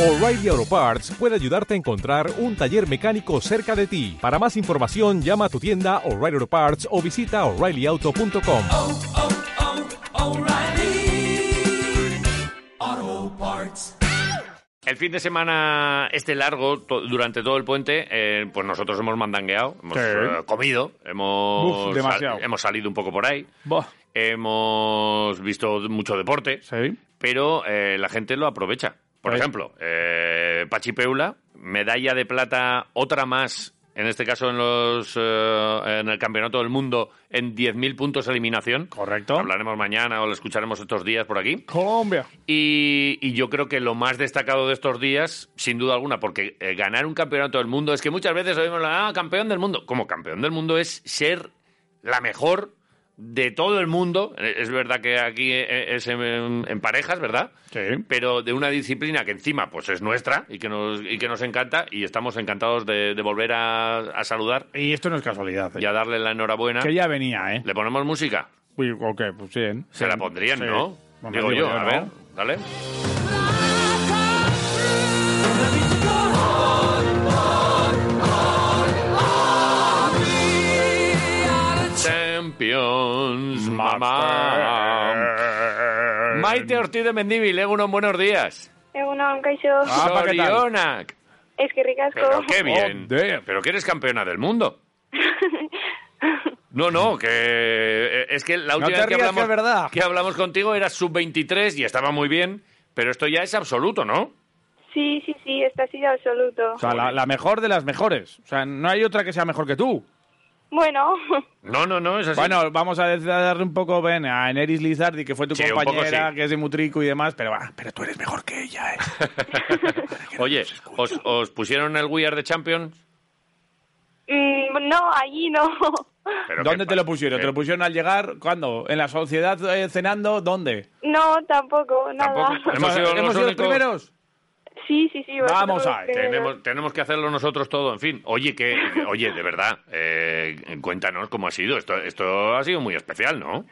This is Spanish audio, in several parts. O'Reilly Auto Parts puede ayudarte a encontrar un taller mecánico cerca de ti. Para más información, llama a tu tienda O'Reilly Auto Parts o visita oreillyauto.com. oh, oh, O'Reilly. Auto Parts. El fin de semana este largo, to- durante todo el puente, eh, pues nosotros hemos mandangueado, hemos Sí. eh, comido, hemos, Buf, demasiado. sal- hemos salido un poco por ahí, Buah, hemos visto mucho deporte, sí. pero eh, la gente lo aprovecha. Por Sí. ejemplo, eh, Pachi Peula, medalla de plata, otra más, en este caso en, los, eh, en el Campeonato del Mundo, en 10.000 puntos eliminación. Correcto. Hablaremos mañana o lo escucharemos estos días por aquí. Colombia. Y, y yo creo que lo más destacado de estos días, sin duda alguna, porque eh, ganar un campeonato del mundo es que muchas veces oímos, ah, campeón del mundo. Como campeón del mundo es ser la mejor de todo el mundo. Eh, Es verdad que aquí eh, es en, en parejas, ¿verdad? Sí. Pero de una disciplina que encima pues es nuestra y que nos, y que nos encanta y estamos encantados de, de volver a, a saludar Y esto no es casualidad. ¿eh? y a darle la enhorabuena. Que ya venía, ¿eh? ¿Le ponemos música? Uy, ok, pues bien. Se la pondrían, Sí. ¿no? Bueno, Digo yo, a ¿no? ver, dale. Champions, Mm, mamá. Maite Ortiz de Mendívil, Egunon, buenos días. Egunon, kaixo. Ah, pa, ¿qué tal? Sorionak. Eskerrik asko. Pero qué bien. Joder. Pero que eres campeona del mundo. No, no, que eh, es que la No última te vez que rías, hablamos, que es verdad. que hablamos contigo era sub-23 y estaba muy bien, pero esto ya es absoluto, ¿no? Sí, sí, sí, esta ha sido absoluto. O sea, la, la mejor de las mejores. O sea, no hay otra que sea mejor que tú. Bueno, No, no, no, es así. Bueno, vamos a dec- a darle un poco ven, a Eneris Lizardi, que fue tu Sí, un poco compañera, sí. que es de Mutrico y demás, pero va, pero tú eres mejor que ella, ¿eh? Oye, ¿os, os pusieron el We Are the Champions? mm, no, allí no. Pero ¿Dónde qué te lo pa- pusieron? qué- ¿Te lo pusieron al llegar? ¿Cuándo? ¿En la sociedad eh, cenando? ¿Dónde? No, tampoco, nada. Tampoco. Hemos sido los los únicos. primeros? Sí, sí, sí. vosotros Vamos los a- primeros. Tenemos, tenemos que hacerlo nosotros todo, en fin. Oye, que, que- oye, de verdad, eh, cuéntanos cómo ha sido. Esto, esto ha sido muy especial, ¿no?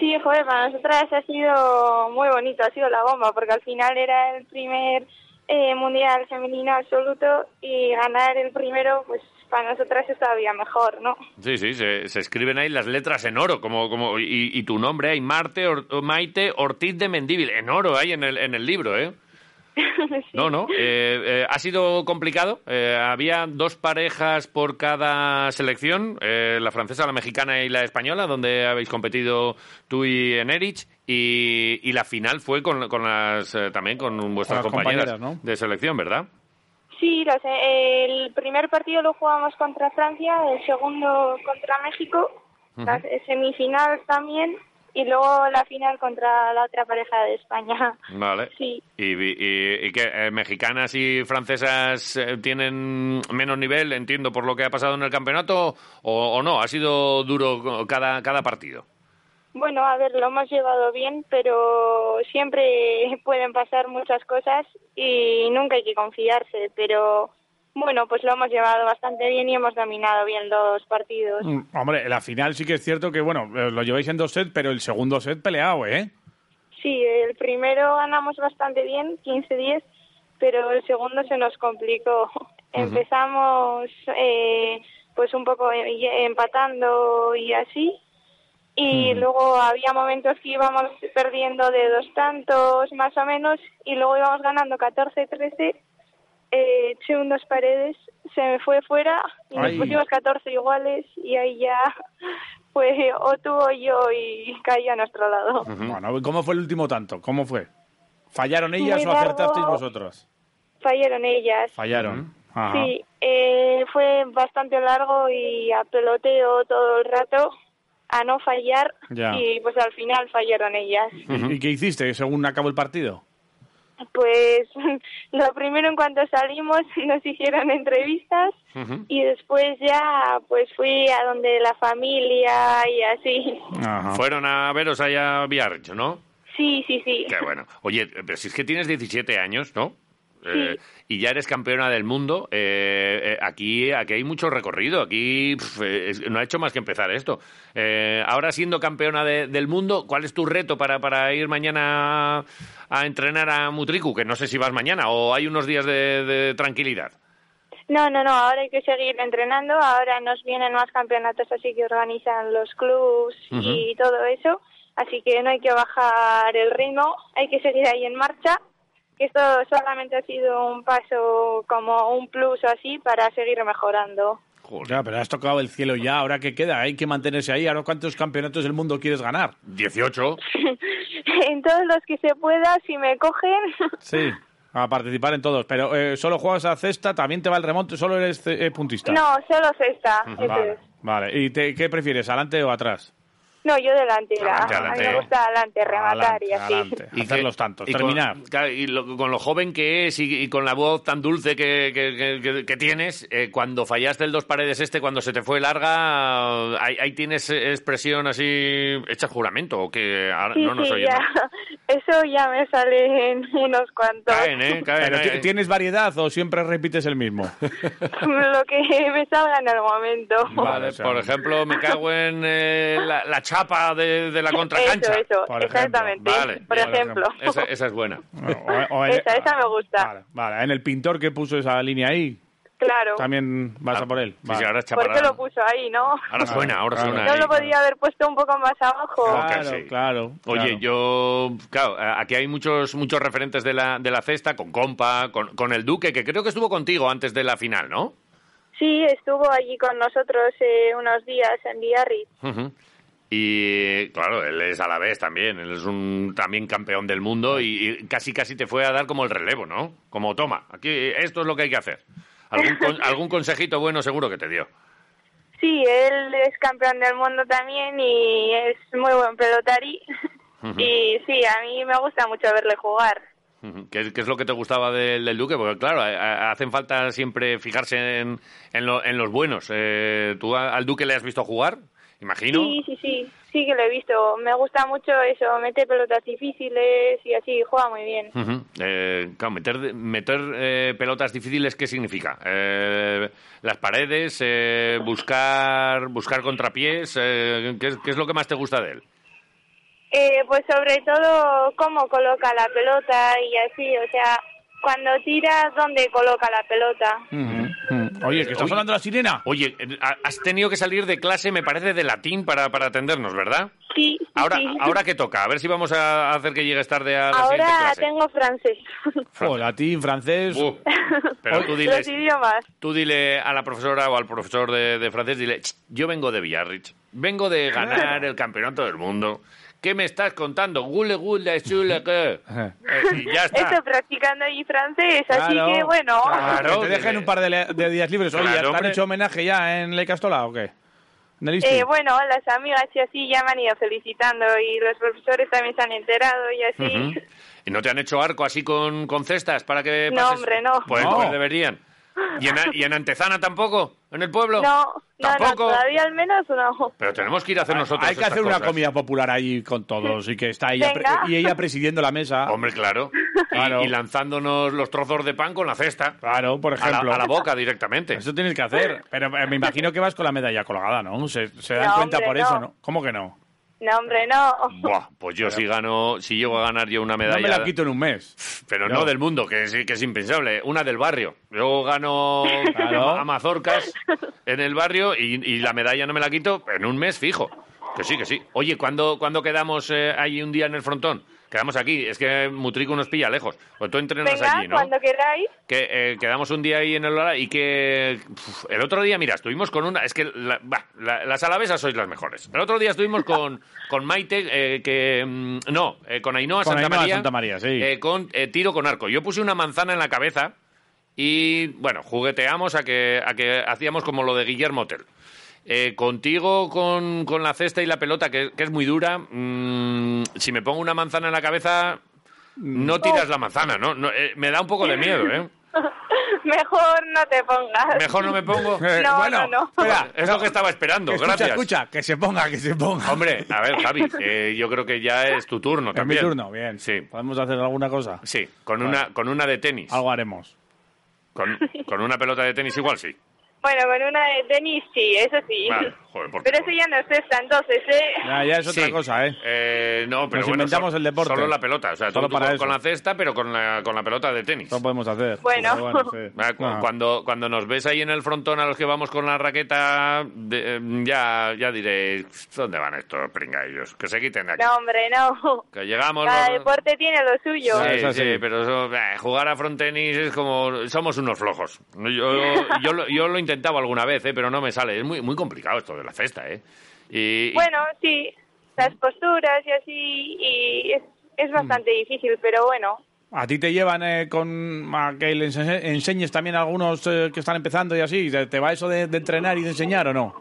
Sí, joder, para nosotras ha sido muy bonito, ha sido la bomba, porque al final era el primer eh, mundial femenino absoluto y ganar el primero, pues para nosotras es todavía mejor, ¿no? Sí, sí, se, se escriben ahí las letras en oro, como, como y, y tu nombre hay Marte, Or- Maite Ortiz de Mendíbil, en oro ahí en el, en el libro, ¿eh? No, no, eh, eh, ha sido complicado. Eh, había dos parejas por cada selección, eh, la francesa, la mexicana y la española, donde habéis competido tú y Enerich, y, y la final fue con, con las, eh, también con vuestras Con las compañeras, compañeras, de selección, ¿verdad? Sí, lo sé. El primer partido lo jugamos contra Francia, el segundo contra México, la semifinal también y luego la final contra la otra pareja de España. Vale. Sí. ¿Y, y- y que eh, mexicanas y francesas eh, tienen menos nivel, entiendo, por lo que ha pasado en el campeonato, o, o no? ¿Ha sido duro cada, cada partido? Bueno, a ver, lo hemos llevado bien, pero siempre pueden pasar muchas cosas y nunca hay que confiarse, pero bueno, pues lo hemos llevado bastante bien y hemos dominado bien los partidos. Mm, Hombre, la final sí que es cierto que, bueno, eh, lo lleváis en dos sets, pero el segundo set peleado, ¿eh? Sí, el primero ganamos bastante bien, 15-10, pero el segundo se nos complicó. Empezamos eh, pues un poco eh, empatando y así, y luego había momentos que íbamos perdiendo de dos tantos más o menos, y luego íbamos ganando 14-13. Eh, Chun dos paredes se me fue fuera y nos Ay. pusimos 14 iguales y ahí ya fue o tú o yo y caí a nuestro lado. Bueno, ¿cómo fue el último tanto? ¿Cómo fue? ¿Fallaron ellas Muy o acertasteis largo. vosotros? fallaron ellas. Fallaron. Ajá. Sí, eh, fue bastante largo y a peloteo todo el rato a no fallar Ya. y pues al final fallaron ellas. ¿Y- ¿Y qué hiciste según acabó el partido? Pues lo primero en cuanto salimos nos hicieron entrevistas y después ya pues fui a donde la familia y así. Ajá. Fueron a veros allá a Biarritz, ¿no? Sí, sí, sí. Qué bueno. Oye, pero si es que tienes 17 años, ¿no? eh, y ya eres campeona del mundo. eh, eh, aquí, aquí hay mucho recorrido. Aquí pf, eh, es- no ha hecho más que empezar esto. Eh, ahora siendo campeona de- del mundo, ¿cuál es tu reto para, para ir mañana a entrenar a Mutriku? Que no sé si vas mañana o hay unos días de- de tranquilidad. No, no, no, ahora hay que seguir entrenando, ahora nos vienen más campeonatos así que organizan los clubs y todo eso, así que no hay que bajar el ritmo, hay que seguir ahí en marcha. Esto solamente ha sido un paso como un plus o así para seguir mejorando. Joder. Ya, pero has tocado el cielo ya, ahora qué queda, hay que mantenerse ahí. Ahora, ¿cuántos campeonatos del mundo quieres ganar? 18. en todos los que se pueda, si me cogen, Sí. A participar en todos, pero eh, solo juegas a cesta, también te va el remonte, solo eres eh, puntista. no, solo cesta, eso Vale, es. vale. ¿Y te- qué prefieres, adelante o atrás? No, yo delantera, Adelante, a mí adelante. me gusta adelante, rematar y así. adelante, adelante. Hacer que- los tantos, y con- terminar. claro, y lo- con lo joven que es y, y con la voz tan dulce que, que- que- que- que tienes, eh, cuando fallaste el dos paredes este, cuando se te fue larga, ahí, ahí tienes eh, expresión así hecha juramento, o que ahora Sí, no nos sí, oyen. ya. Eso ya me salen unos cuantos. Caen, ¿eh? Caen, Pero, eh. ¿ti- ¿Tienes variedad o siempre repites el mismo? Lo que me salga en el momento. Vale, o sea, por ejemplo, me cago en eh, la, la chapa de, de la Eso, contracancha. eso, por ejemplo. exactamente. Vale, por bien. ejemplo. Esa, esa es buena. O- o en- Esa, esa me gusta. Vale, vale. En el pintor que puso esa línea ahí, Claro. también vas a por él. Sí, sí, Vale. ahora es ¿Por qué chaparrada. lo puso ahí, no? Ahora suena, ahora Claro. suena. No ahí. lo podía haber puesto un poco más abajo. Claro. Claro, sí. claro. Oye, claro. yo, claro, a- aquí hay muchos muchos referentes de la, de la cesta, con Compa, con, con el Duque, que creo que estuvo contigo antes de la final, ¿no? Sí, estuvo allí con nosotros eh, unos días en Biarritz. Ujú. Y claro, él es a la vez también, él es un también campeón del mundo y, y casi casi te fue a dar como el relevo, ¿no? Como toma, aquí esto es lo que hay que hacer. Algún, con- algún consejito bueno seguro que te dio. Sí, él es campeón del mundo también y es muy buen pelotari. Y sí, a mí me gusta mucho verle jugar. Ujú. ¿Qué, es- qué es lo que te gustaba del, del Duque? Porque claro, a- a- hacen falta siempre fijarse en, en, lo- en los buenos. Eh, ¿Tú a- al Duque le has visto jugar? Imagino. Sí, sí, sí, sí que lo he visto. Me gusta mucho eso, mete pelotas difíciles y así, juega muy bien. Ujú. Eh, claro, meter, meter eh, pelotas difíciles, ¿qué significa? Eh, las paredes, eh, buscar, buscar contrapiés, eh, ¿qué, es- qué es lo que más te gusta de él? Eh, pues sobre todo cómo coloca la pelota y así, o sea, cuando tira, dónde coloca la pelota. Mm. Ujú. Oye, que está Oye. sonando la sirena. Oye, eh, ha- has tenido que salir de clase, me parece, de latín para, para atendernos, ¿verdad? Sí, sí, Ahora, sí. ahora que toca, a ver si vamos a hacer que llegues tarde a la siguiente Ahora clase. tengo francés, O latín, francés. Uh, pero tú los dile, idiomas. tú dile a la profesora o al profesor de, de francés, dile, "Ch, yo vengo de Villarrich, vengo de ganar el campeonato del mundo. ¿Qué me estás contando? Gule, gule, chule, que. Eh, y ya Estoy está. Ah, practicando allí francés, Claro, así que bueno. Eh, Claro, que te dejen que- un par de, le- de días libres. Oye, Claro, ¿te han hombre. hecho homenaje ya en Ley Castola o qué? En el Eh, Isti. bueno, las amigas y así ya me han ido felicitando y los profesores también se han enterado y así. Ujú. ¿Y no te han hecho arco así con, con cestas para que No, pases? hombre, no. Pues, No. pues deberían. ¿Y en, a- ¿Y en Antezana tampoco? ¿En el pueblo? No, no, no, ¿Tampoco? todavía al menos no. Pero tenemos que ir a hacer nosotros Hay que estas hacer una cosas. comida popular allí con todos y que está ella pre- Venga. y ella presidiendo la mesa. Hombre, claro. Y- Claro. Y, lanzándonos los trozos de pan con la cesta. Claro, por A la, ejemplo. a la boca directamente. Eso tienes que hacer. Pero eh, me imagino que vas con la medalla colgada, ¿no? Se, se dan No, cuenta hombre, por no. eso, ¿no? ¿Cómo que no? No, hombre, no. Buah, pues yo si gano, si llego a ganar yo una medalla, No me la quito en un mes. pero Yo. no del mundo, que sí que es impensable, una del barrio. Yo gano Claro. a a mazorcas en el barrio y, y la medalla no me la quito en un mes fijo. Que sí, que sí. Oye, ¿cuándo, ¿cuándo quedamos eh, ahí un día en el frontón? Quedamos aquí, es que Mutrico nos pilla lejos. O tú entrenas Venga, allí, ¿no? cuando queráis. Que eh, quedamos un día ahí en el Lola y que uf, el otro día, mira, estuvimos con una. Es que la- bah, la- las alavesas sois las mejores. El otro día estuvimos con, con Maite, eh, que. mm, No, eh, con Ainhoa Con Santa Ainhoa María. Santa María, sí. eh, con eh, tiro con arco. Yo puse una manzana en la cabeza y, bueno, jugueteamos a que, a que hacíamos como lo de Guillermo Tell. Eh, contigo, con, con la cesta y la pelota, que, que es muy dura, mm, si me pongo una Mm. Oh. manzana en la cabeza, no tiras la manzana, ¿no? No, eh, me da un poco de miedo, ¿eh? Mejor no te pongas. Mejor no me pongo. Eh, No, bueno, no, no. Espera, es lo que estaba esperando. escucha, Gracias. escucha, que se ponga, que se ponga. Hombre, a ver, Javi, eh, yo creo que ya es tu turno es mi también. turno, bien. Sí, ¿Podemos hacer alguna cosa? sí, con una, con una de tenis. Algo haremos. Con, con una pelota de tenis igual, sí. Bueno, con una de tenis sí, eso sí. Vale, joder, por Pero favor. eso ya no es esta, entonces, ¿eh? Ya, ya es otra Sí. cosa, ¿eh? Eh, no, pero Nos bueno, inventamos sol- el deporte. Solo la pelota, o sea, tú- Solo tú para con- eso. con la cesta, pero con la, con la pelota de tenis. No podemos hacer. Bueno. Pero sí. Ah, cu- Ajá. Cuando, cuando nos ves ahí en el frontón a los que vamos con la raqueta, de- eh, ya, ya diréis, ¿dónde van estos pringaillos? Que se quiten de aquí. No, hombre, no. Que llegamos... Cada los- deporte tiene lo suyo. Ah, Sí, es así. sí, pero eso, eh, jugar a frontenis es como... Somos unos flojos. Yo, yo, lo- yo lo he intentado alguna vez, eh, pero no me sale. Es muy, muy complicado esto de la cesta, ¿eh? Y, y- Bueno, sí, las posturas y así, y es, es Mm. bastante difícil, pero bueno. ¿A ti te llevan eh, con a que les ense- enseñes también a algunos eh, que están empezando y así? ¿Te te va eso de, de entrenar y de enseñar o no?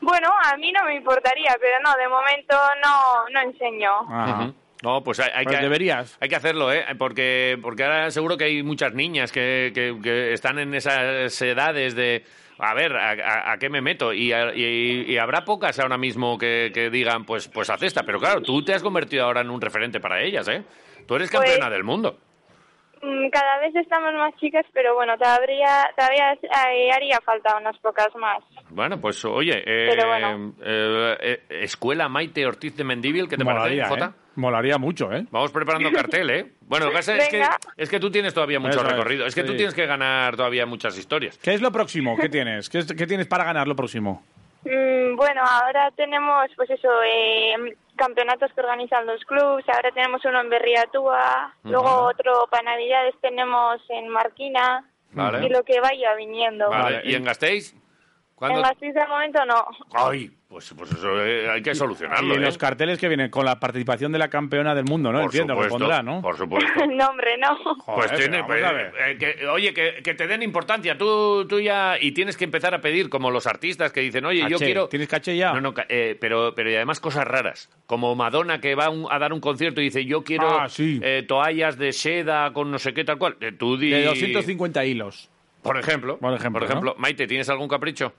Bueno, a mí no me importaría, pero no, de momento no, no enseño. Ajá. Ujú. No, pues hay, hay Pues que deberías. Hay que hacerlo, ¿eh? Porque porque ahora seguro que hay muchas niñas que, que- que están en esas edades de a ver a, a- a qué me meto y, a- y- y habrá pocas ahora mismo que, que digan pues pues haz esta, pero claro tú te has convertido ahora en un referente para ellas, ¿eh? Tú eres Pues- campeona del mundo. Mm, Cada vez estamos más chicas, pero bueno, todavía, todavía eh, haría falta unas pocas más. Bueno, pues oye, eh, Pero bueno. eh, eh, escuela Maite Ortiz de Mendíbil, ¿qué te Molaría, parece, Jota? ¿eh? Molaría mucho, ¿eh? Vamos preparando cartel, ¿eh? Bueno, lo que pasa es que, Venga. es que tú tienes todavía mucho Eso es, recorrido. Es que tú sí. tienes que ganar todavía muchas historias. ¿Qué es lo próximo? ¿Qué tienes? ¿Qué, es- qué tienes para ganar lo próximo? Mm, Bueno, ahora tenemos, pues eso, eh, campeonatos que organizan los clubs, ahora tenemos uno en Berriatúa, luego otro para Navidades tenemos en Marquina, Vale. y lo que vaya viniendo. Vale, Vale. ¿y en Gasteiz? ¿Cuándo? En Gasteiz de momento no. Ay, pues, pues eso eh, hay que solucionarlo, y ¿eh? los carteles que vienen con la participación de la campeona del mundo, ¿no? Por Entiendo supuesto, que pondrá, ¿no? Por supuesto. no, hombre, no. Pues Joder, tiene, vamos a pues, ver. eh, que- oye, que, que te den importancia, tú, tú ya, y tienes que empezar a pedir, como los artistas que dicen, oye, yo Caché. quiero... ¿Tienes caché ya? No, no, ca- eh, pero, pero y además cosas raras, como Madonna que va a un- a dar un concierto y dice, yo quiero Ah, sí. eh, toallas de seda con no sé qué, tal cual. Eh, tú di- De 250 hilos. Por ejemplo. Por ejemplo, Maite, ¿tienes algún capricho?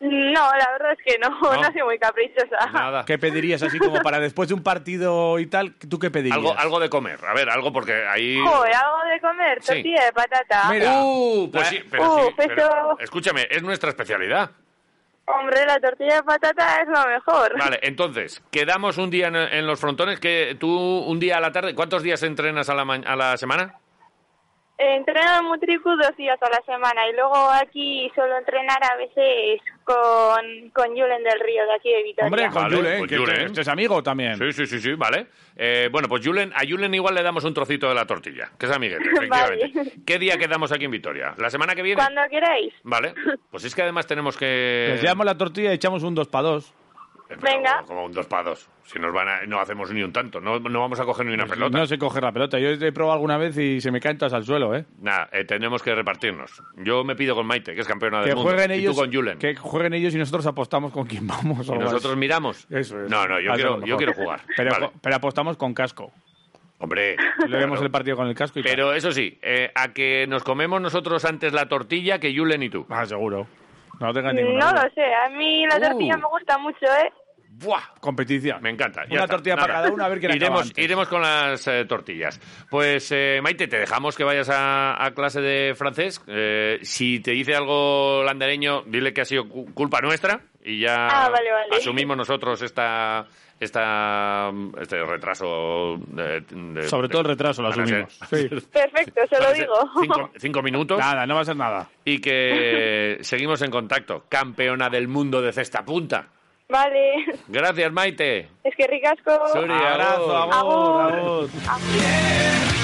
No, la verdad es que no, no, soy muy caprichosa. Pues Nada. ¿Qué pedirías así como para después de un partido y tal? ¿Tú qué pedirías? Algo, algo de comer, a ver, algo porque ahí... Joder, algo de comer, Sí. tortilla de patata. Mira. Uh, pues La- sí, pero Uh, sí, pero- esto- escúchame, es nuestra especialidad. Hombre, la tortilla de patata es lo mejor. Vale, entonces, quedamos un día en, en los frontones, que tú un día a la tarde, ¿cuántos días entrenas a la, ma- a la semana? Entreno en Mutricu dos días a la semana y luego aquí suelo entrenar a veces con, con Julen del Río, de aquí de Vitoria. Hombre, con Vale, Yule, ¿eh? con que, Yule, que ¿eh? este es amigo también. Sí, sí, sí, sí, vale. Eh, bueno, pues Julen, a Julen igual le damos un trocito de la tortilla, que es amiguete, efectivamente. Vale. ¿Qué día quedamos aquí en Vitoria? ¿La semana que viene? Cuando queráis. Vale, pues es que además tenemos que... Les llevamos la tortilla y echamos un dos para dos. Eh, pero Venga. Como un dos para dos. Si nos van a- no hacemos ni un tanto, no, no vamos a coger ni una pelota. Pues No sé coger la pelota. Yo he probado alguna vez y se me caen todas al suelo, ¿eh? Nada, eh, tenemos que repartirnos. Yo me pido con Maite, que es campeona del Que mundo. jueguen, y ellos, tú con Julen. que jueguen ellos y nosotros apostamos con quién vamos. o Y algo nosotros así. miramos. Eso es. No, no, yo, Así a lo quiero, mejor. yo quiero jugar. Pero, Vale. pero apostamos con casco. Hombre. Y Le vemos claro. el partido con el casco y Pero eso sí, eh, a que nos comemos nosotros antes la tortilla que Julen y tú. Ah, seguro. No tengas ninguna No duda. lo sé, a mí la Uh. tortilla me gusta mucho, ¿eh? ¡Buah! Competición. Me encanta. ya Una está. tortilla Nada. para cada uno a ver quién acaba iremos, antes. iremos con las eh, tortillas. Pues, eh, Maite, te dejamos que vayas a, a clase de francés. Eh, si te dice algo landereño, dile que ha sido cu- culpa nuestra y ya Ah, vale, vale. asumimos nosotros esta, esta, este retraso. de- de- Sobre todo el retraso lo Van a ser- asumimos. Sí. Perfecto, se lo van a ser digo. Cinco, cinco minutos Nada, no va a ser nada. y que seguimos en contacto. Campeona del mundo de cesta punta. Vale, Gracias, Maite. es que ricasco. Suri, Abrazo, agur. amor, Agur. amor. Erri